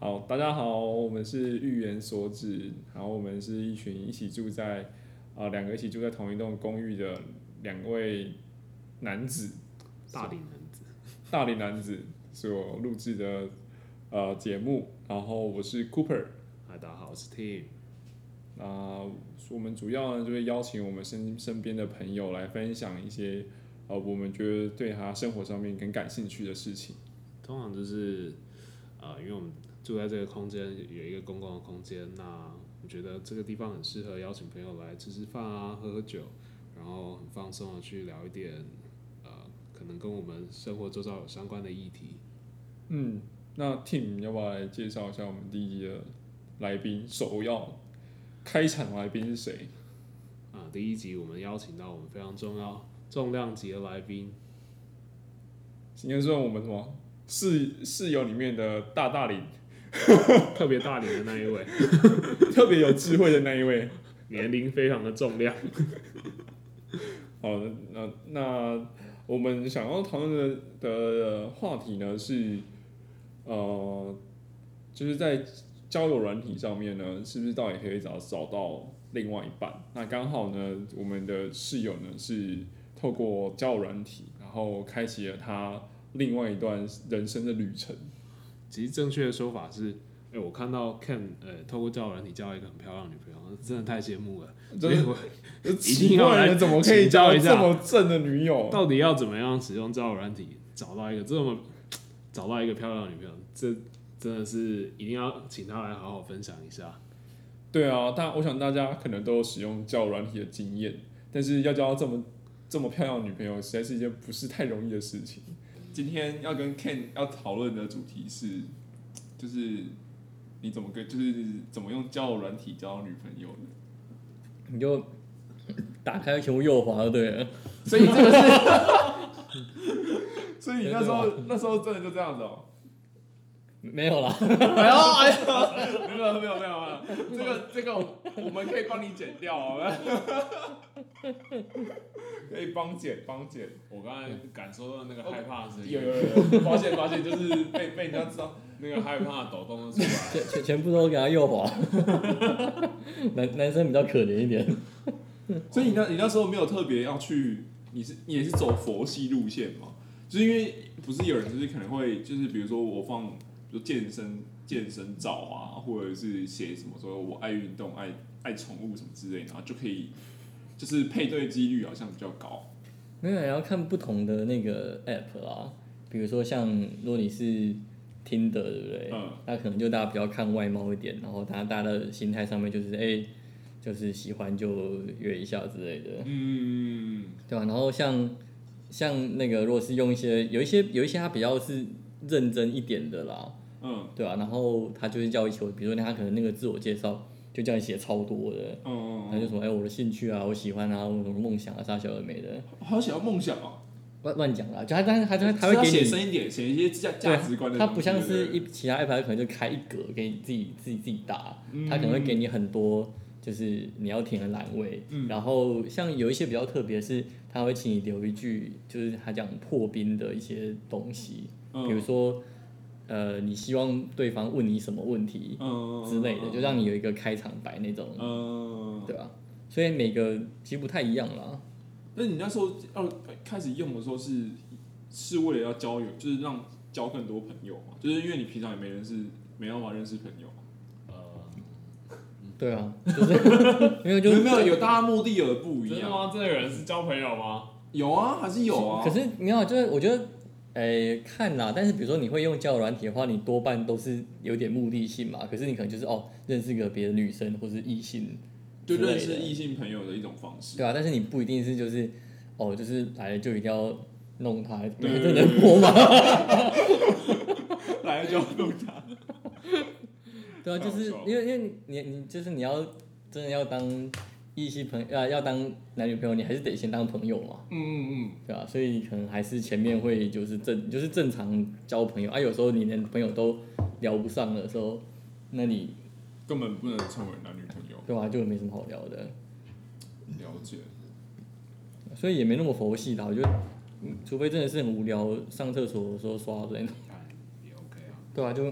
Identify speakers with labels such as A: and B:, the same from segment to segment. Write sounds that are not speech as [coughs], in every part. A: 好，大家好，我们是预言所指，然后我们是一群一起住在啊两、个一起住在同一栋公寓的两位男子，
B: 大龄男子，
A: 大龄男子所录制的呃节目，然后我是 Cooper，
B: 嗨，大家好，我是 Tim。
A: 那、我们主要呢就会邀请我们身身边的朋友来分享一些呃我们觉得对他生活上面很感兴趣的事情。
B: 通常就是，呃，因为我们住在这个空间，有一个公共的空间，那我觉得这个地方很适合邀请朋友来吃吃饭啊，喝喝酒，然后很放松的去聊一点，呃，可能跟我们生活周遭有相关的议题。
A: 嗯，那 Tim 要不要来介绍一下我们第一集的来宾？首要开场来宾是谁？
B: 啊、第一集我们邀请到我们非常重要重量级的来宾，
A: 应该算我们什么室室友里面的大大领， [laughs]
B: 特别大龄的那一位， [laughs]
A: 特别有智慧的那一位。
B: 年龄非常的重量。
A: 好，那那我们想要讨论的的话题呢是，呃，就是在交友软体上面呢，是不是到底可以找找到另外一半？那刚好呢，我们的室友呢是透过交友软体，然后开启了他另外一段人生的旅程。
B: 其实正确的说法是，哎、我看到 Ken 呃透过交友软体交到一个很漂亮的女朋友，真的太羡慕了。所
A: 真
B: 以
A: 的哦
B: 我哎
A: 奇怪了，怎么可以
B: 请教
A: 交
B: 一下
A: 这么正的女友？
B: 到底要怎么样使用交友软体找到一个这么找到一个漂亮的女朋友？这真的是一定要请她来好好分享一下。
A: 对啊，大我想大家可能都有使用交友软体的经验，但是要交到这么这么漂亮的女朋友，实在是一件不是太容易的事情。今天要跟 Ken 要讨论的主题是，就是你怎么跟就是怎么用交友软体交到女朋友的。
C: 你就打开全部右滑就对了。
A: 所以这个是，所以你那时候那时候真的就这样子哦、
C: 没有啦，
A: 哎呦哎呦，没有没有没有没有，这个这个我们可以帮你剪掉哦，可以帮剪帮剪。
B: [laughs] 我刚才感受到那个
A: 害
B: 怕的声
A: 有有有，发现发现就是被被人家知道，
B: 那个害怕抖动出来。
C: 全全全部都给他右滑。 [laughs] 男男生比较可怜一点，
A: 所以你那你那时候没有特别要去，你是你也是走佛系路线嘛？就是因为不是有人就是可能会就是比如说我放就健身健身照啊，或者是写什么说我爱运动爱爱宠物什么之类的，然后就可以就是配对几率好像比较高。
C: 没有也要看不同的那个 app 啦。比如说像如果你是听的，对不对？
A: 嗯
C: 那可能就大家比较看外貌一点，然后大家大家的心态上面就是哎、就是喜欢就约一下之类的。
A: 嗯，
C: 对吧、然后像像那个，如果是用一些有一些有一些他比较是认真一点的啦，
A: 嗯
C: 对啊吧、然后他就是叫一些，比如说他可能那个自我介绍就叫你写超多的，
A: 嗯嗯
C: 他就什么哎我的兴趣啊，我喜欢啊，我有什么梦想啊，啥小而美的，
A: 嗯，好想要梦想哦、
C: 乱乱讲啦，就他但是他他他
A: 是
C: 会
A: 要
C: 给
A: 写
C: 你。
A: 深一点，写一些价价值观的东
C: 对，他
A: 西。
C: 不像
A: 对
C: 是
A: 对
C: 一其他 app 可能就开一格给你自己自己自己打，
A: 嗯
C: 他可能会给你很多就是你要填的栏位，
A: 嗯
C: 然后像有一些比较特别是，他会请你留一句就是他讲破冰的一些东西，
A: 嗯
C: 比如说呃你希望对方问你什么问题
A: 嗯
C: 之类的，就让你有一个开场白那种，
A: 嗯，
C: 对吧、所以每个其实不太一样啦，
A: 那你那时候要开始用的时候是是为了要交友，就是让交更多朋友嘛，就是因为你平常也没认识，没办法认识朋友嘛。
B: 呃
C: 对啊，就是 [laughs] 因为就
A: 嗯没有没
C: 是
A: 有有大家目的有的不一样，
B: 吗？这个人是交朋友吗？
A: 有啊还是有啊。
C: 可是没有，就是我觉得，诶、看啦。但是比如说你会用交友软体的话，你多半都是有点目的性嘛。可是你可能就是哦，认识个别的女生或是异性，
A: 就认
C: 之
A: 识
C: 类的
A: 异性朋友的一种方式。
C: 对啊。但是你不一定是就是哦，就是来了就一定要弄她，
A: 对
C: [laughs] 这能播吗？
A: [laughs] 来就要弄他。
C: 对啊，
A: 开玩
C: 就是
A: 笑
C: 因为因为你你你就是你要真的要当异性朋友啊，要当男女朋友，你还是得先当朋友嘛。
A: 嗯嗯
C: 对啊，所以可能还是前面会就是正就是正常交朋友啊，有时候你连朋友都聊不上的时候，那你
A: 嗯，根本不能称为男女朋友。
C: 对吧、就没什么好聊的，
A: 了解。
C: 所以也没那么佛系的，我觉得，嗯除非真的是很无聊，上厕所的时候刷之类的，
B: 也 OK 啊。
C: 对吧、就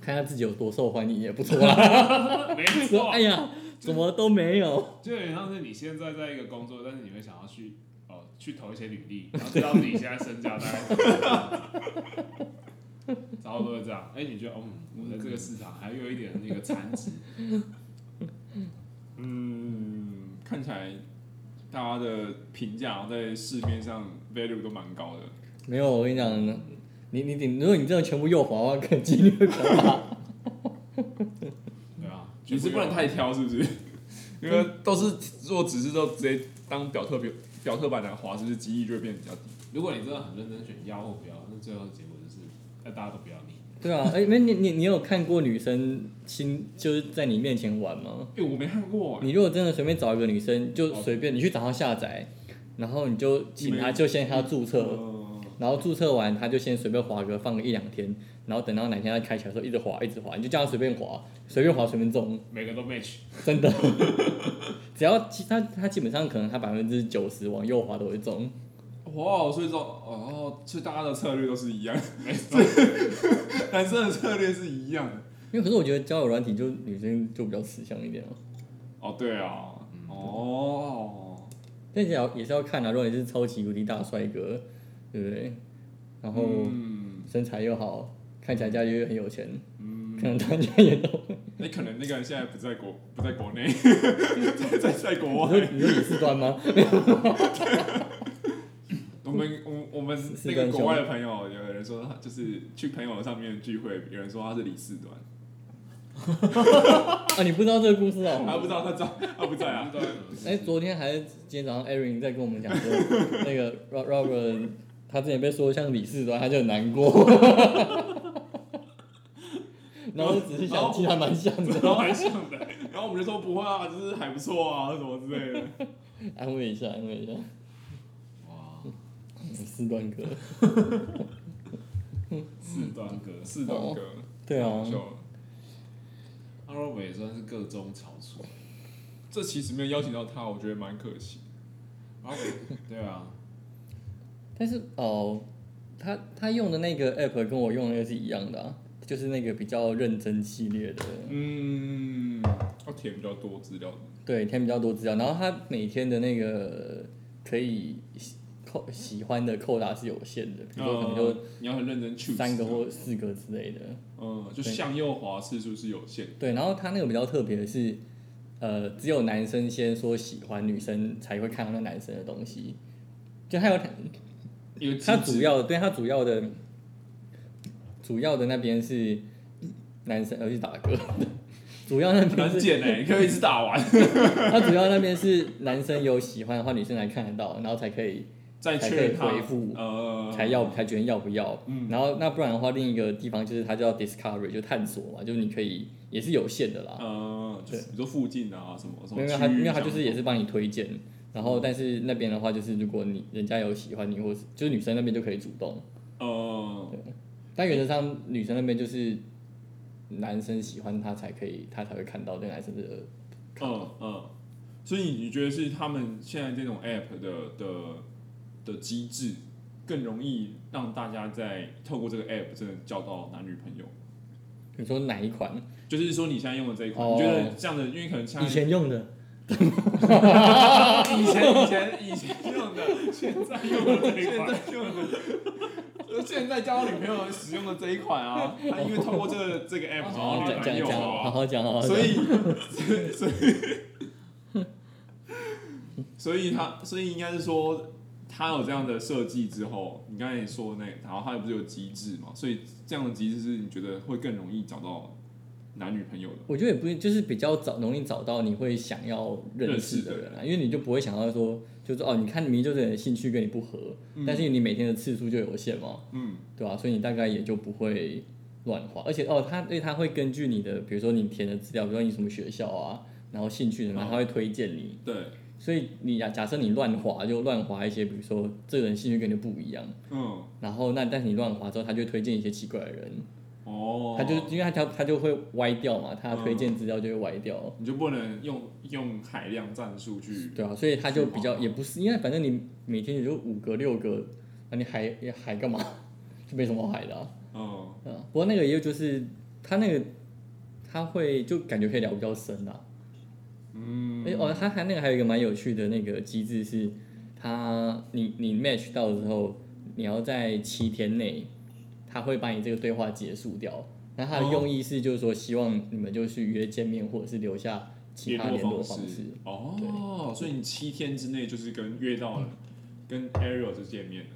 C: 看他自己有多受欢迎也不错啦。
A: 啊
B: [laughs] 没
C: 说
B: 错
C: 哎，呀，怎么都没有，
B: 就有点像是你现在在一个工作，但是你会想要去哦去投一些履历，然后知道自己现在身价大概是多少，差不多是这样。哎、 [laughs] 你觉得嗯，我在这个市场还有一点那个残值，
A: 嗯，看起来大家的评价在市面上 value 都蛮高的。
C: 没有。我跟你讲，你你你，如果你真的全部右滑的话，可能几率会比较大。
B: 对啊，
A: 你是不能太挑，是不是？ [laughs] 因为都是如果只是都直接当表特表表特版来滑，是不是机率就会变得比较低？
B: 如果你真的很认真选要或不要，那最后的结果就是，那大家都不要你。
C: 对啊，哎、没你你你有看过女生亲就是在你面前玩吗？
A: 哎、我没看过、
C: 你如果真的随便找一个女生，就
A: 哦
C: 随便你去找她下载，然后你就请她就先她注册，
A: 嗯
C: 然后注册完她就先随便划个放个一两天，然后等到哪天她开起来的时候一直划一直划，你就叫她随便划，随便划随便中，
B: 每个都 match，
C: 真的， [laughs] 只要其她她基本上可能她百分之九十往右滑都会中，
A: 哇，所以说哦，所以大家的策略都是一样，
B: 没错，
A: [laughs] 男生的策略是一样的。
C: 因为可是我觉得交友软体就女生就比较吃香一点啊。
A: 哦，对啊，哦，
C: 但也要也是要看啊，如果你是超级无敌大帅哥，对不对？然后
A: 嗯，
C: 身材又好，看起来家里又很有钱，可能大家也
A: [laughs]
C: 都，
A: 那、可能那个人现在不在国，不在国内，
C: [laughs]
A: 在在在国
C: 你
A: 外
C: 说。你说你是端吗？
A: 我们我我们
C: 四
A: 那
C: 段
A: 个
C: 兄
A: 国外的朋友，有人说他就是去朋友上面聚会，有人说他是李四端，
C: 啊，你不知道这个故事哦。
A: 他不知道他在他不在
B: [laughs]
C: [laughs]
A: 啊，
B: 不知道为什么
C: 哎，昨天还是今天早上，Erin 在跟我们
A: [laughs]
C: 讲说，那个 Rob Robert 他之前被说像李四端，他就很难
A: [laughs]
C: 过。然后我只是想，其实还蛮像
A: 然
C: 的，
A: 后还像的， [laughs] 然后我们就说不会啊，就是还不错啊，什么之类 [laughs] 的。
C: 安慰一下，安慰一下，
B: 哇，
C: 李四
A: [laughs]
C: 端哥。
B: 四段歌，
A: 四端哥，
C: 对
A: 好
C: 啊，
A: 笑哦了
B: 阿若伟也算是各中翘楚，
A: 这其实没有邀请到他，我觉得蛮可惜。
B: 阿若伟对
A: [laughs]
B: 啊，
C: 但是哦，他他用的那个 app 跟我用的那个是一样的、啊，就是那个比较认真系列的，
A: 嗯，要填比较多资料，
C: 对，填比较多资料，然后他每天的那个可以喜扣喜欢的扣打是有限的，比如说可能哦就
A: 呃你要很认真去
C: 三个或四个之类的，
A: 嗯，就向右滑次数是有限的。
C: 对，然后他那个比较特别的是。呃，只有男生先说喜欢女生，才会看到那男生的东西。就他有
A: 一个机制
C: 它主要对它主要的主要的那边是男生，呃而去打嗝。 [laughs] 主要那边
A: 很
C: 是
A: 简哎，你可以一直打完，
C: 它主要那边是男生有喜欢的话，女生才看得到，然后才可以
A: 再确认他
C: 还可以回复
A: 呃，
C: 才要才决定要不要。
A: 嗯
C: 然后那不然的话，另一个地方就是它叫 discovery，就探索嘛，就是你可以也是有限的啦。
A: 呃，就是比如说附近啊什么什
C: 因
A: 么嗯
C: 为
A: 区
C: 它
A: 域，
C: 因为它就是也是帮你推荐，然后但是那边的话就是如果你人家有喜欢你，或是就是女生那边就可以主动。
A: 呃，
C: 但原则上，女生那边就是男生喜欢她才可以，她才会看到这个男生的。
A: 嗯嗯，所以你觉得是他们现在这种 app 的的的机制更容易让大家在透过这个 app 真的交到男女朋友？
C: 你说哪一款？
A: 就是说你现在用的这一款，
C: 哦
A: 你觉得这样的，因为可能像 [laughs]
C: 以前用的。
A: 以前以前以前用的，
B: 现在用的这一
A: 啊现
B: 款，
A: 在用的。 [laughs] 现在交到女朋友使用的这一款啊，他因为透过这个这个 app 找
C: 好
A: 到
C: 好
A: 女
C: 讲
A: 朋
C: 讲
A: 友
C: 讲，
A: 啊
C: 好，好讲，好好讲。
A: 所以，所以，所以他，所以应该是说，他有这样的设计之后，你刚才也说那，然后他也不是有机制嘛，所以这样的机制是你觉得会更容易找到男女朋友的。
C: 我觉得也不是，就是比较早容易找到你会想要认识的人啊，因为你就不会想要说，就是哦，你看明明就这人兴趣跟你不合，
A: 嗯
C: 但是你每天的次数就有限嘛，
A: 嗯，
C: 对吧、所以你大概也就不会乱花，而且哦，他对他会根据你的，比如说你填的资料，比如说你什么学校啊，然后兴趣什么，他会推荐你。
A: 对，
C: 所以你假假设你乱划，就乱划一些，比如说这个人兴趣跟你不一样，
A: 嗯，
C: 然后那但是你乱划之后，他就会推荐一些奇怪的人，
A: 哦，
C: 他就因为他他他就会歪掉嘛，他推荐资料就会歪掉，
A: 你就不能用用海量战术去，
C: 对啊，所以他就比较
A: 是吗
C: 也不是，因为反正你每天也就五个六个， [laughs] 那你海也海干嘛？就没什么好海的啊，
A: 嗯
C: 嗯，不过那个也就是他那个他会就感觉可以聊比较深啊。嗯，而且哦，他还那个还有一个蛮有趣的那个机制是，他你你 match 到之后，你要在七天内，他会把你这个对话结束掉。那他的用意是就是说，希望你们就是约见面，或者是留下其他联络方式。
D: 哦，所以你七天之内就是跟约到了，跟 Ariel 就见面了。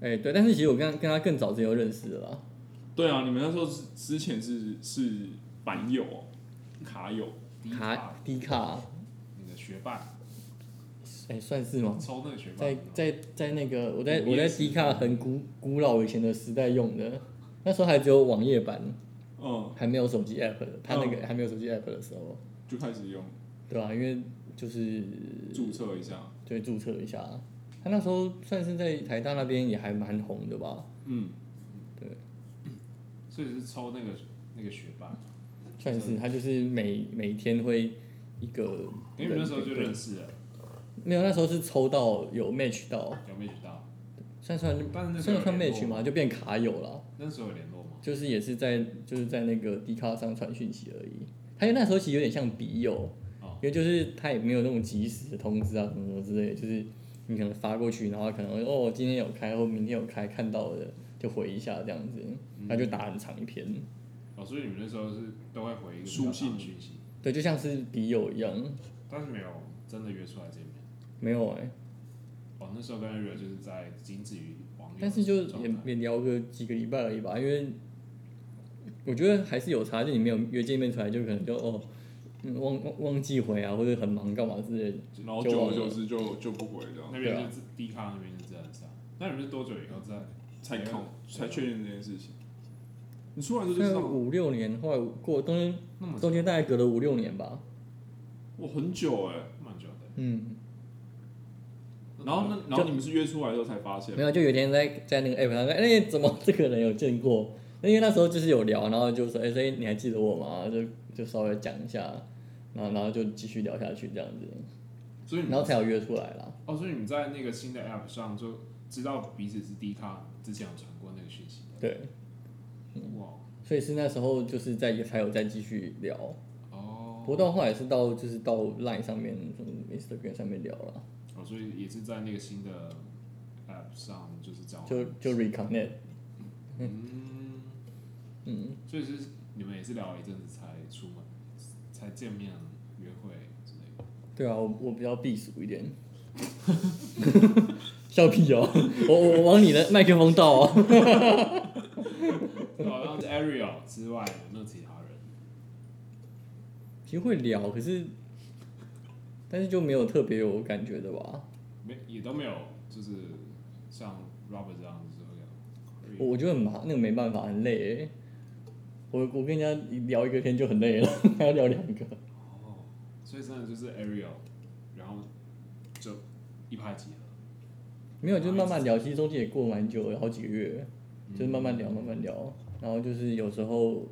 C: 哎、对，但是其实我跟他跟他更早之前就认识了啦。
D: 对啊，你们那时候是之前是是板友、哦，卡友，
C: 卡低卡，
B: 你的学霸，
C: 哎、算是吗？
B: 抽那个学霸，
C: 在在在那个我在
B: 你
C: 我
B: 也
C: 在
B: 是
C: 迪卡很古古老以前的时代用的，那时候还只有网页版，
D: 嗯，
C: 还没有手机 app 的，他那
B: 哦
C: 个还没有手机 app 的时候，
D: 就开始用
C: 对啊，因为就是
D: 注册一下，
C: 就注册一下，他那时候算是在台大那边也还蛮红的吧，
D: 嗯，
B: 所以是抽那个那个学霸，
C: 算是他就是每每天会一个
B: 因
C: 人，
B: 为那时候就认识了，
C: 没有那时候是抽到有 match 到，
B: 有没有学到？
C: 算算
B: 但是那时
C: 算
B: 候
C: 嗯算
B: 有联
C: match
B: 络
C: 嘛，就变卡友了。
B: 那时候有联络吗？
C: 就是也是在就是在那个 d 卡上传讯息而已。他因为那时候其实有点像笔友，
B: 哦
C: 因为就是他也没有那种及时的通知啊什么什么之类的，就是你可能发过去，然后他可能会哦今天有开或明天有开看到的就回一下这样子，他就打很长一篇，
B: 哦，所以你们那时候是都会回一个
D: 书信
B: 讯息，
C: 对，就像是笔友一样，
B: 但是没有真的约出来见面。
C: 没有哎、
B: 哦，那时候跟 Ariel 就是在仅止于网友的状态，
C: 但是就也也聊个几个礼拜而已吧，因为我觉得还是有差，就你没有约见面出来，就可能就哦。嗯忘忘忘记回啊，或者很忙干嘛之类的，
D: 然后
C: 就
D: 久而
C: 忘了
D: 久之就就不回这样，
B: 那
C: 对
B: 边
C: 啊
B: 是低咖那边是这样子啊。那你们是多久以后在？
D: 才
B: 没有
D: 靠才
B: 没有
D: 确认这件事情。你出来就知
C: 大概
D: 道，
C: 五六年，后来过中间
B: 那么久
C: 中间大概隔了五六年吧。
D: 哇，很久
C: 啊
D: 哎、
B: 蛮久的。
C: 嗯，
D: 然后那然后你们是约出来之后才发现
C: 没，有，就有一天在在那个 app 上看，哎、怎么这个人有见过？因为那时候就是有聊，然后就说，哎、所以你还记得我吗？就就稍微讲一下，然后然后就继续聊下去这样子，
B: 所以你
C: 然后
B: 们
C: 才有约出来啦。
B: 哦，所以你们在那个新的 App 上就知道彼此是低咖，之前有传过那个讯息。
C: 对，嗯
B: 哇，
C: 所以是那时候就是在才有再继续聊，
B: 哦，
C: 不过到后来是到就是到 line 上面、什么 Instagram 上面聊了，
B: 哦，所以也是在那个新的 App 上就是交换
C: 就就 reconnect。
B: 嗯，
C: 嗯，
B: 所以是你们也是聊了一阵子才出门，才见面约会之类的。
C: 对啊，我我比较避暑一点。 [laughs] 笑屁哦！我我我往你的麦克风倒哦。 [laughs]
B: 好像哦是 Ariel 之外有没有其他人？
C: 其实会聊，可是，但是就没有特别有感觉的吧。
B: 没也都没有，就是像 Robert 这样子会
C: 我
B: 有。
C: 我觉得很麻，那个没办法，很累欸。我我跟人家聊一个天就很累了，还要聊两个。
B: 哦，所以真的就是 Ariel，然后就一拍即合。
C: 没有，就是慢慢聊，其实中间也过蛮久了，好几个月，就是慢
B: 嗯
C: 慢聊，慢慢聊。然后就是有时候，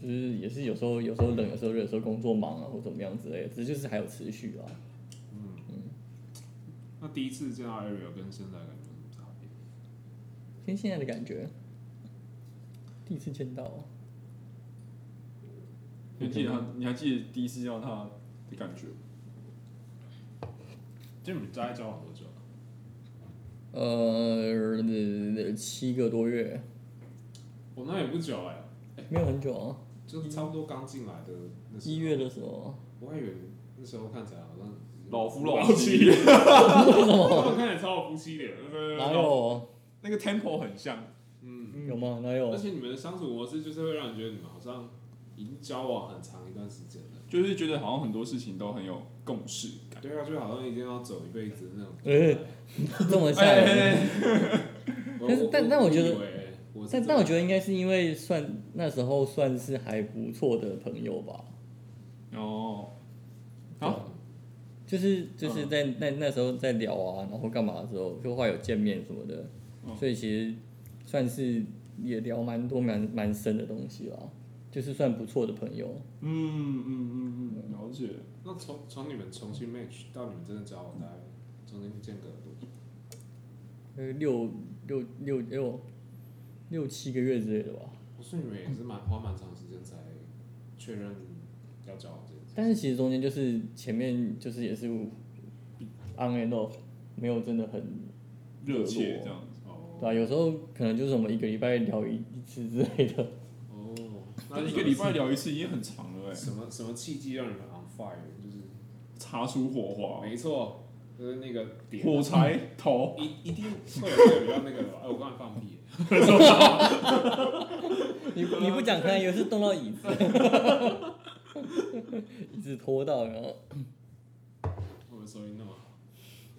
C: 就是也是有时候有时候冷，有时候热，有时候工作忙啊或怎么样之类的，只是就是还有持续啊。
B: 那第一次见到 Ariel 跟现在感觉有什么差别？
C: 跟现在的感觉，第一次见到，
D: 你还记得他你还记得第一次见到他的感觉吗？
B: 就你们大概交往多久啊了？
C: 呃，七个多月，
B: 我那也不久哎、
C: 没有很久啊。
B: 就差不多刚进来的那时候
C: 一月的时候，
B: 我还以为那时候看起来好像
D: 老夫
B: 老
D: 老妻，
C: [laughs]
B: 我看起来超有夫妻脸。
C: 哪有？
D: 那个 tempo 很像，
B: 嗯，
C: 有吗？哪有
B: 而？且你们的相处模式就是会让你觉得你们好像已经交往很长一段时间了。
D: 就是觉得好像很多事情都很有共识感。
B: 对啊，就好像一定要走一辈子的那种。
C: 嗯哎这么吓
D: 哎哎
C: 人？
B: 我
C: 但是
B: 我
C: 但但我觉得
B: 以为我是
C: 但
B: 这
C: 但我
B: 样
C: 觉得应该是因为算那时候算是还不错的朋友吧，
D: 哦，
B: 好
C: 就是就是在那那时候在聊啊，然后干嘛的时候，就后来有见面什么的，
D: 嗯
C: 所以其实算是也聊蛮多蛮蛮深的东西啦，就是算不错的朋友。
D: 嗯嗯嗯嗯，了解。
B: 那从从你们重新 match 到你们真的交往，大概中间间隔了多久？
C: 哎呃，六六六六六七个月之类的吧，
B: 所以你们也是蛮花蛮长时间才确认要交往这件事。
C: 但是其实中间就是前面就是也是 on and off，没有真的很
D: 热切这样子。
B: 哦
C: 对啊吧、有时候可能就是我们一个礼拜聊一次之类的。 [laughs]
B: 哦，
D: 那
B: 那
D: 一
B: 一
D: 个
B: 个
D: 礼
B: 礼
D: 拜聊一次已经很长了
B: 拜
D: 哎、
B: 什么什么契机让你们 on fire？就是
D: 擦出火
A: 哦
D: 花，
B: 没错，就是那个点
D: 火柴头，
B: 一一定会有一个比较那个吧。哎，我刚才放屁耶，
C: 你你不讲，可能以为是动到椅子， [laughs] 椅子拖到，然后
B: 我们收音那么好。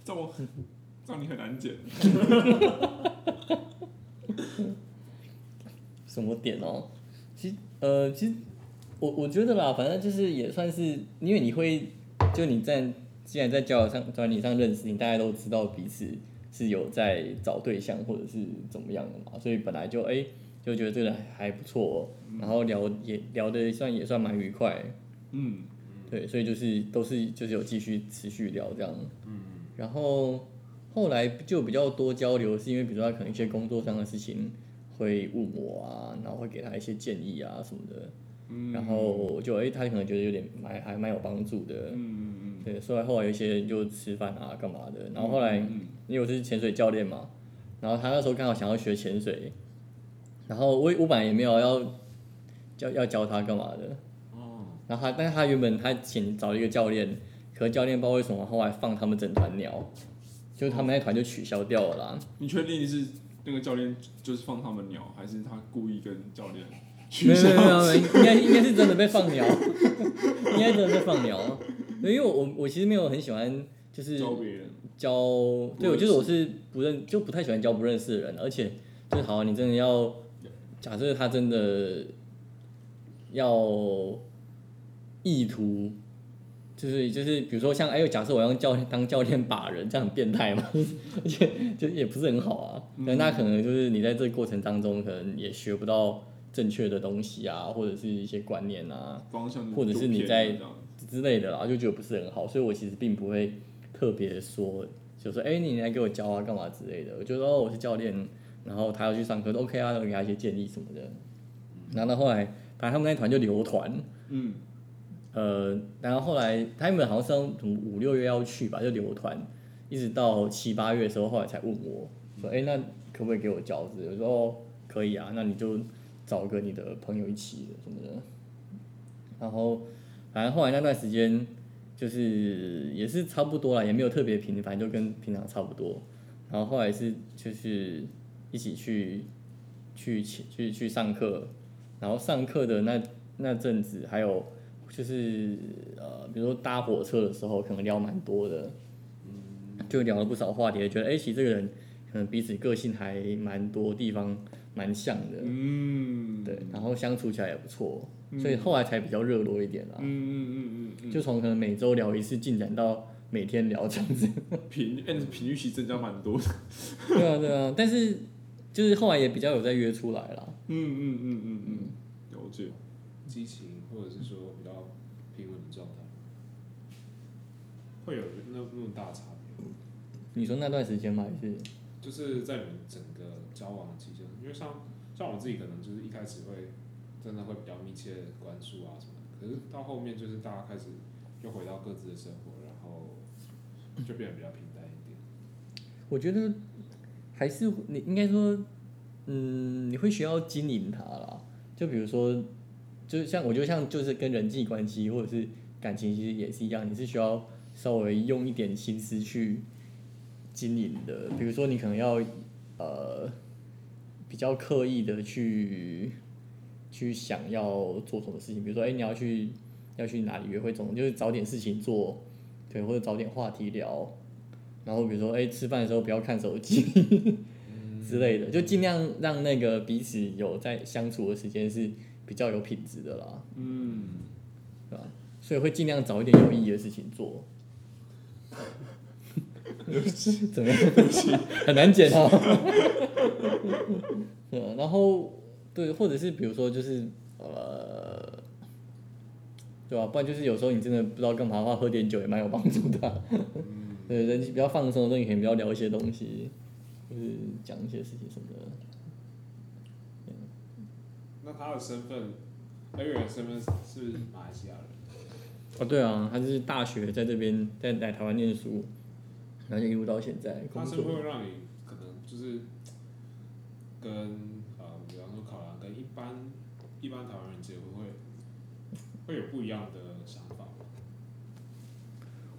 D: 这我这样你很难剪。
C: 什么点哦？其实呃，其实我我觉得啦，反正就是也算是，因为你会就你在既然在交友上专题上认识，你大概都知道彼此是有在找对象或者是怎么样的嘛，所以本来就哎、就觉得这个人还不错、哦然后聊也聊的算也算蛮愉快，
D: 嗯，
C: 对，所以就是都是就是有继续持续聊这样，嗯，然后后来就比较多交流，是因为比如说他可能一些工作上的事情会问我啊，然后会给他一些建议啊什么的，嗯，然后就哎、他可能觉得有点蛮还蛮有帮助的，
D: 嗯嗯
C: 对，所以后来有一些人就吃饭啊干嘛的，然后后来
D: 嗯
C: 因为我是潜水教练嘛，然后他那时候刚好想要学潜水，然后我我本来也没有要教要教他干嘛的，
B: 哦，
C: 然后他，但是他原本他请找一个教练，可是教练不知道为什么后来放他们整团鸟，就是他们那团就取消掉了啦。
D: 你确定是那个教练就是放他们鸟，还是他故意跟教练
C: 没
D: 取
C: 有
D: 消
C: 没？有没有，没有
D: [laughs]
C: 应该应该是真的被放鸟，应该真的被放鸟。对因为我我我其实没有很喜欢就是
D: 教别人，
C: 教，对我就是我是不认就不太喜欢教不认识的人，而且就是好，你真的要假设他真的要意图。就是就是，比如说像哎，假设我要教当教练把人，这样很变态嘛， [laughs] 而且就也不是很好啊。那那可能就是你在这个过程当中，可能也学不到正确的东西啊，或者是一些观念啊，
D: 方向就
C: 或者是你
D: 偏了
C: 在
D: 这样
C: 之类的啦，就觉得不是很好，所以我其实并不会特别说，就说哎、诶你来给我教啊，干嘛之类的。我觉得哦，我是教练，然后他要去上课都，OK 啊，我给他一些建议什么的。然后到后来，反正他们那一团就留团，
D: 嗯
C: 呃，然后后来他们好像是要什么五六月要去吧，就留团，一直到七八月的时候，后来才问我说，哎、那可不可以给我教之类的？我说哦，可以啊，那你就找个你的朋友一起的什么的。然后反正后来那段时间就是也是差不多啦，也没有特别频繁，就跟平常差不多。然后后来是就是一起去去去去上课，然后上课的那那阵子还有。就是呃，比如说搭火车的时候，可能聊蛮多的，就聊了不少话题，觉得哎、其实这个人可能彼此个性还蛮多地方蛮像的，
D: 嗯，
C: 对，啊然后相处起来也不错，所以后来才比较热络一点啦
D: 嗯，嗯嗯嗯
C: 就从可能每周聊一次进展到每天聊这样子， [laughs]
D: 嗯，频哎频率其实增加蛮多的， [laughs]
C: 对啊对啊，但是就是后来也比较有在约出来啦，
D: 嗯嗯嗯嗯嗯，了解，
B: 激情，或者是说比较平稳的状态，会有那那么大差别？
C: 你说那段时间嘛，还是
B: 就是在你们整个交往的期间，因为像像我自己可能就是一开始会真的会比较密切地关注啊什么的，可是到后面就是大家开始又回到各自的生活，然后就变得比较平淡一点。
C: 我觉得还是你应该说，嗯，你会需要经营它啦。就比如说，就像我觉得像就是跟人际关系或者是感情，其实也是一样，你是需要稍微用一点心思去经营的。比如说，你可能要呃比较刻意的去去想要做什么事情，比如说，哎、你要去要去哪里约会，总就是找点事情做，对，或者找点话题聊，然后比如说，哎、吃饭的时候不要看手机 [laughs] 之类的，就尽量让那个彼此有在相处的时间是比较有品质的啦，
D: 嗯，
C: 对吧？所以会尽量找一点有意义的事情
A: [laughs]
C: 做。怎么样？很难剪哦。 [laughs] 对啊，然后对，或者是比如说就是呃，对啊吧、不然就是有时候你真的不知道干嘛的话，喝点酒也蛮有帮助的啊、 [laughs] 对，人比较放松的时候，你可以比较聊一些东西，就是讲一些事情什么的。
B: 那
A: 那他的身份，Ariel 的身份是马来西亚人，
C: 哦，对啊，他就是大学在这边，在来台湾念书，然后就一路到现在哎工
A: 他是
C: 作。
A: 会让你可能就是跟呃，比方说考量跟一般一般台湾人结婚会会有不一样的想法吗。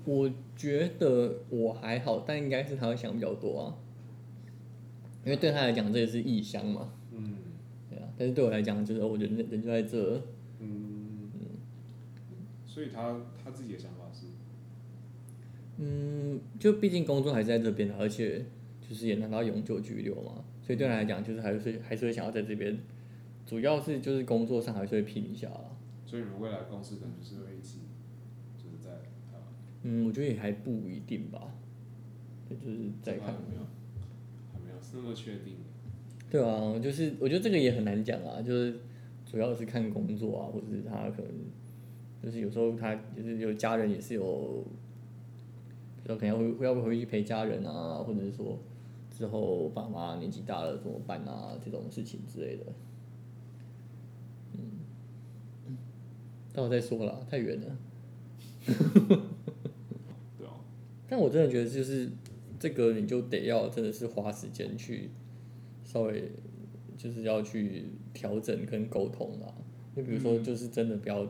C: 我觉得我还好，但应该是他会想比较多啊，因为对他来讲这个是异乡嘛，
A: 嗯
C: 对啊。但是对我来讲，就是哦我人人就在这，
A: 嗯，所以他他自己的想法是，
C: 嗯，就毕竟工作还是在这边的，而且就是也拿到永久居留嘛，所以对他来讲，就是还是还是会想要在这边，主要是就是工作上还是会拼一下啦。
A: 所以你们未来公司可能就是会一起就是在呃台湾。
C: 嗯，我觉得也还不一定吧，对就是再看
A: 还。没有，还没有那么确定。
C: 对啊，就是我觉得这个也很难讲啊，就是主要是看工作啊，或者是他可能就是有时候他就是有家人也是有，比如说可能要回要不回去陪家人啊，或者是说之后爸妈年纪大了怎么办啊这种事情之类的。嗯，到时候再说啦，太远了。
A: 对啊，
C: 但我真的觉得就是这个，你就得要真的是花时间去稍微就是要去调整跟沟通啦。就比如说，就是真的不要，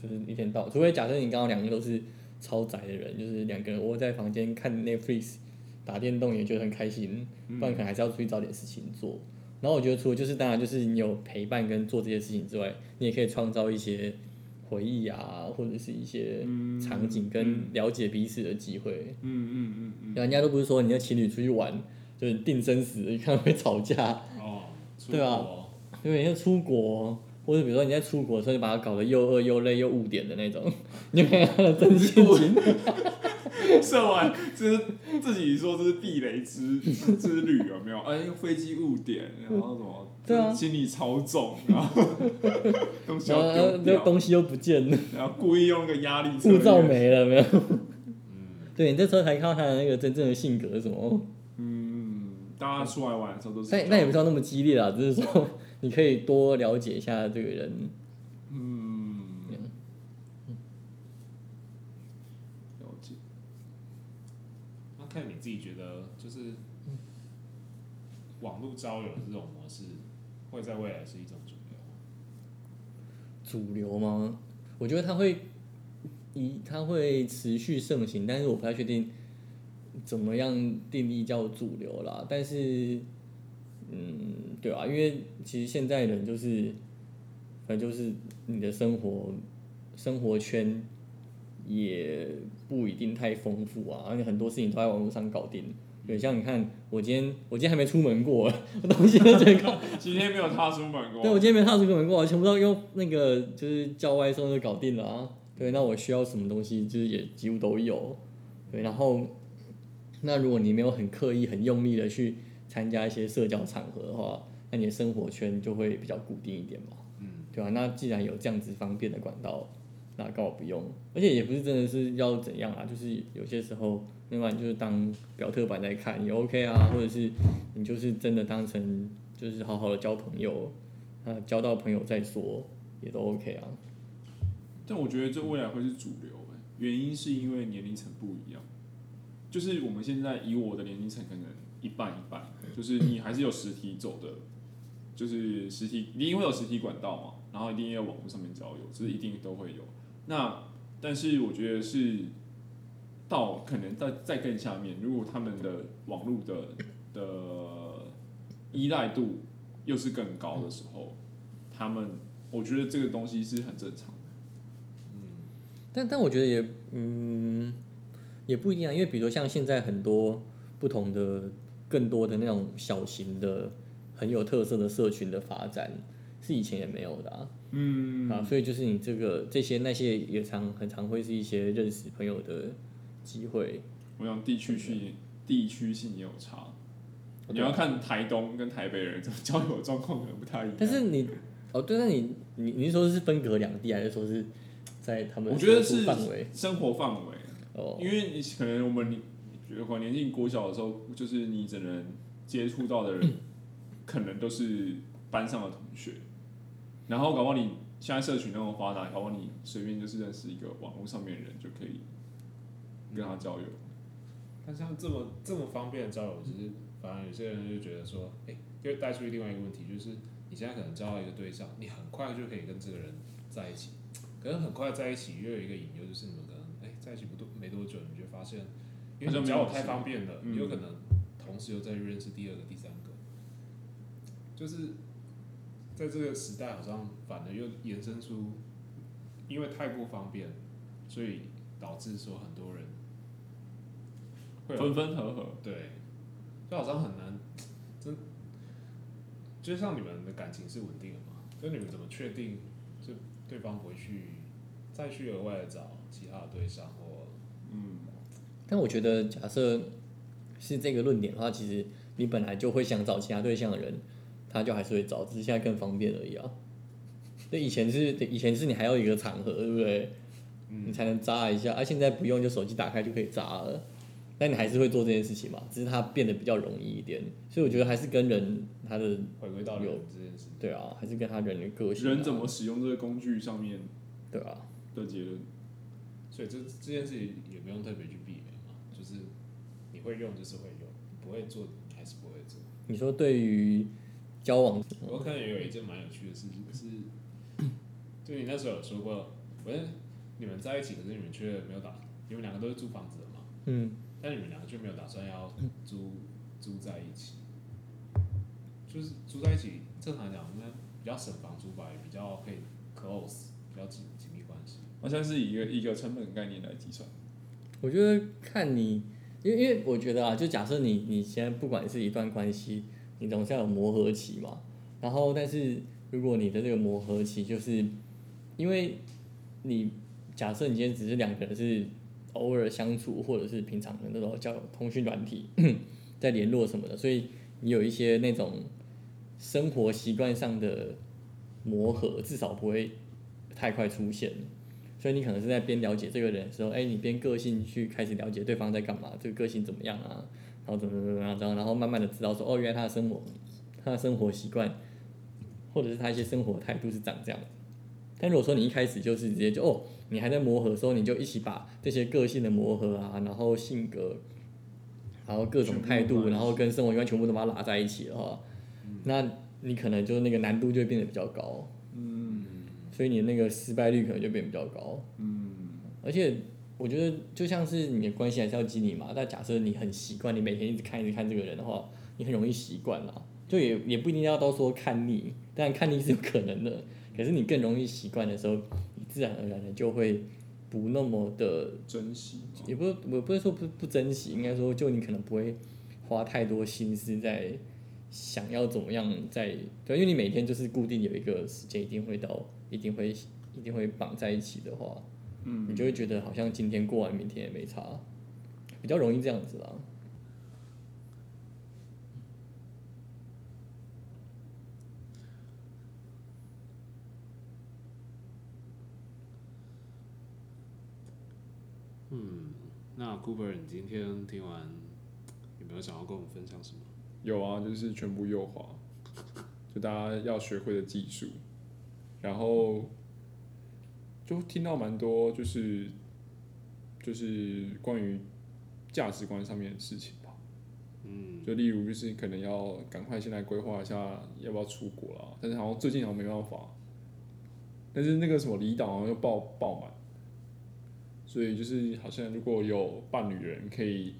C: 就是一天到，除非假设你刚好两个都是超宅的人，就是两个人窝在房间看 Netflix、打电动也觉得很开心，
A: 嗯
D: 嗯
C: 不然可能还是要出去找点事情做。然后我觉得，除了就是当然就是你有陪伴跟做这些事情之外，你也可以创造一些回忆啊，或者是一些
D: 嗯
C: 场景跟了解彼此的机会。
A: 嗯嗯嗯嗯。
C: 对啊人家都不是说你要情侣出去玩，就是定生死，你看会吵架， [laughs]
A: 哦，出
C: 对啊
A: 国
C: 因为你要出国，或者比如说你在出国的时候，就把它搞得又饿又累又误点的那种， [laughs] 你就看他的真性情。
A: 射完，这是自己说这是地雷之之之旅有没有？ [laughs] 哎，飞机误点，然后什么？
C: 对啊
A: 心理超重，然后 [laughs] 东西
C: 然后
A: 要
C: 呃
A: 丢
C: 那
A: 掉，
C: 东西又不见了， [laughs]
A: 然后故意用个压力策略
C: 护照。没了没有？ [laughs]
A: 嗯
C: 对你这时候才看到他的那个真正的性格是什么，
A: 嗯，大家出来玩的时候都是这
C: 但
A: 样。
C: 那也不知道那么激烈啦，只是说 [laughs] 你可以多了解一下这个人。
A: 嗯
C: 嗯，
A: 了解。
B: 那看你自己觉得，就是
A: 网络交友这种模式会在未来是一种主流。
C: 主流吗？我觉得它会一它会持续盛行，但是我不太确定怎么样定义叫主流啦。但是，嗯，对啊，因为其实现在人就是，反正就是你的生活生活圈也不一定太丰富啊，而且很多事情都在网络上搞定。对，像你看，我今天我今天还没出门过， [laughs] 我东西都在搞
A: 今天没有踏出门过。
C: 对，我今天没踏出国门过，我全部都用那个就是叫外送就搞定了啊。对，那我需要什么东西，就是也几乎都有。对，然后那如果你没有很刻意、很用力的去参加一些社交场合的话，那你的生活圈就会比较固定一点嘛。
A: 嗯，
C: 对啊，那既然有这样子方便的管道，那干嘛不用？而且也不是真的是要怎样啊，就是有些时候，另外你就是当表特版在看也 OK 啊，或者是你就是真的当成就是好好的交朋友，啊，交到朋友再说也都 OK 啊。
A: 但我觉得这未来会是主流、欸，原因是因为年龄层不一样。就是我们现在以我的年龄层，可能一半一半，就是你还是有实体走的，就是实体，你一定会有实体管道嘛，然后一定也有网络上面交友，这是一定都会有。那但是我觉得是到可能在再更下面，如果他们的网络的的依赖度又是更高的时候，他们我觉得这个东西是很正常的。
C: 但但我觉得也嗯也不一定啊，因为比如说像现在很多不同的更多的那种小型的很有特色的社群的发展，是以前也没有的啊。
A: 嗯
C: 啊，所以就是你这个这些那些也常很常会是一些认识朋友的机会。
A: 我想地区性地区性也有差，
C: 对啊
A: 你要看台东跟台北人怎么交友状况可能不太一样。
C: 但是你哦，对，那你你你是说是分隔两地，还是说是在他们
A: 我觉得
C: 生活
A: 是
C: 范围？
A: 生活范围，
C: 哦，
A: 因为你可能我们你如果年纪国小的时候，就是你
C: [clears throat]
A: 只能接触到的人，可能都是班上的同学，
D: 然后搞不好你现在社群那么发达，搞不好你随便就是认识一个网络上面的人就可以跟他交友。
B: 但像这么这么方便的交友，只是反而有些人就觉得说，哎、又带出另外一个问题，就是你现在可能交到一个对象，你很快就可以跟这个人在一起，可是很快在一起又有一个隐忧，就是你们可能哎、在一起不多没多久，你就发现，因为你交友太方便了，
D: 嗯
B: 你有可能同时又在认识第二个、第三个，就是在这个时代好像反而又延伸出，因为太过方便，所以导致说很多人
C: 啊
B: 会有
D: 分分合合，
B: 对，就好像很难，真，就像你们的感情是稳定的嘛，就你们怎么确定就对方不会去再去额外的找其他的对象或
D: 嗯，
C: 但我觉得，假设是这个论点的话，其实你本来就会想找其他对象的人，他就还是会找，只是现在更方便而已啊。对，以前是对以前是你还要有一个场合，对不对？
D: 嗯
C: 你才能扎一下，啊，现在不用，就手机打开就可以扎了。但你还是会做这件事情嘛，只是它变得比较容易一点。所以我觉得还是跟人他的
B: 回归到
C: 有
B: 人这件事？
C: 对啊，还是跟他人的个性、啊。
D: 人怎么使用这个工具上面
C: 对啊？
D: 的结论。
B: 所以这这件事情也不用特别去避免嘛，就是你会用就是会用，不会做你还是不会做。
C: 你说对于交往
B: 我看也有一件蛮有趣的事情是，就你那时候有说过，喂，你们在一起，可是你们却没有打，你们两个都是租房子的嘛？
C: 嗯，
B: 但你们两个就没有打算要租租在一起，就是租在一起，正常讲应该比较省房租吧，也比较可以 close，比较紧紧密关系。
D: 好像是以一个一个成本概念来计算。
C: 我觉得看你，因为因为我觉得啊，就假设你你现在不管是一段关系，你总是要有磨合期嘛。然后，但是如果你的这个磨合期，就是因为你假设你今天只是两个人是偶尔相处，或者是平常的那种交友通讯软体 [coughs] 在联络什么的，所以你有一些那种生活习惯上的磨合，至少不会太快出现。所以你可能是在边了解这个人的时候，哎，你边个性去开始了解对方在干嘛，这个个性怎么样啊，然后怎么怎么怎么样，然后然后慢慢的知道说，哦，原来他的生活，他的生活习惯，或者是他一些生活态度是长这样。但如果说你一开始就是直接就哦，你还在磨合的时候，你就一起把这些个性的磨合啊，然后性格，然后各种态
D: 全部都
C: 度，
D: 拉
C: 然后跟生活习惯全部都把它拉在一起的话，那你可能就那个难度就会变得比较高，
D: 嗯
C: 所以你那个失败率可能就变得比较高。
D: 嗯，
C: 而且我觉得就像是你的关系还是要经营嘛。但假设你很习惯，你每天一直看一直看这个人的话，你很容易习惯啦。就也也不一定要到说看腻，但看腻是有可能的。可是你更容易习惯的时候，你自然而然的就会不那么的，
D: 呃珍惜嘛。
C: 也不我不是说不不珍惜，应该说就你可能不会花太多心思在想要怎么样在对，因为你每天就是固定有一个时间一定会到，一定会一定会绑在一起的话，
D: 嗯，
C: 你就会觉得好像今天过完，明天也没差，比较容易这样子啦。
B: 那 Cooper，你今天听完有没有想要跟我们分享什么？
A: 有啊，就是全部右滑，就大家要学会的技术。然后就听到蛮多就是就是关于价值观上面的事情吧。嗯，就例如就是可能要赶快现在规划一下要不要出国啦，但是好像最近好像没办法。但是那个什么离岛好像又爆爆满，所以就是好像如果有伴侣的人可以，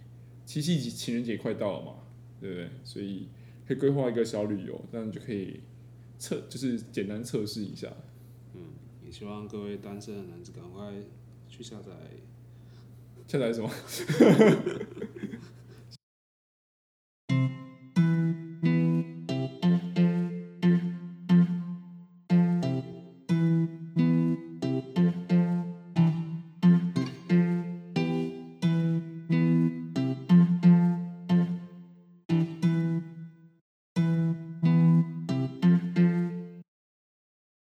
A: 七夕情人节快到了嘛，对不对？所以可以规划一个小旅游，这样就可以测，就是简单测试一下。
B: 也希望各位单身的男子赶快去下载
A: 下载什么？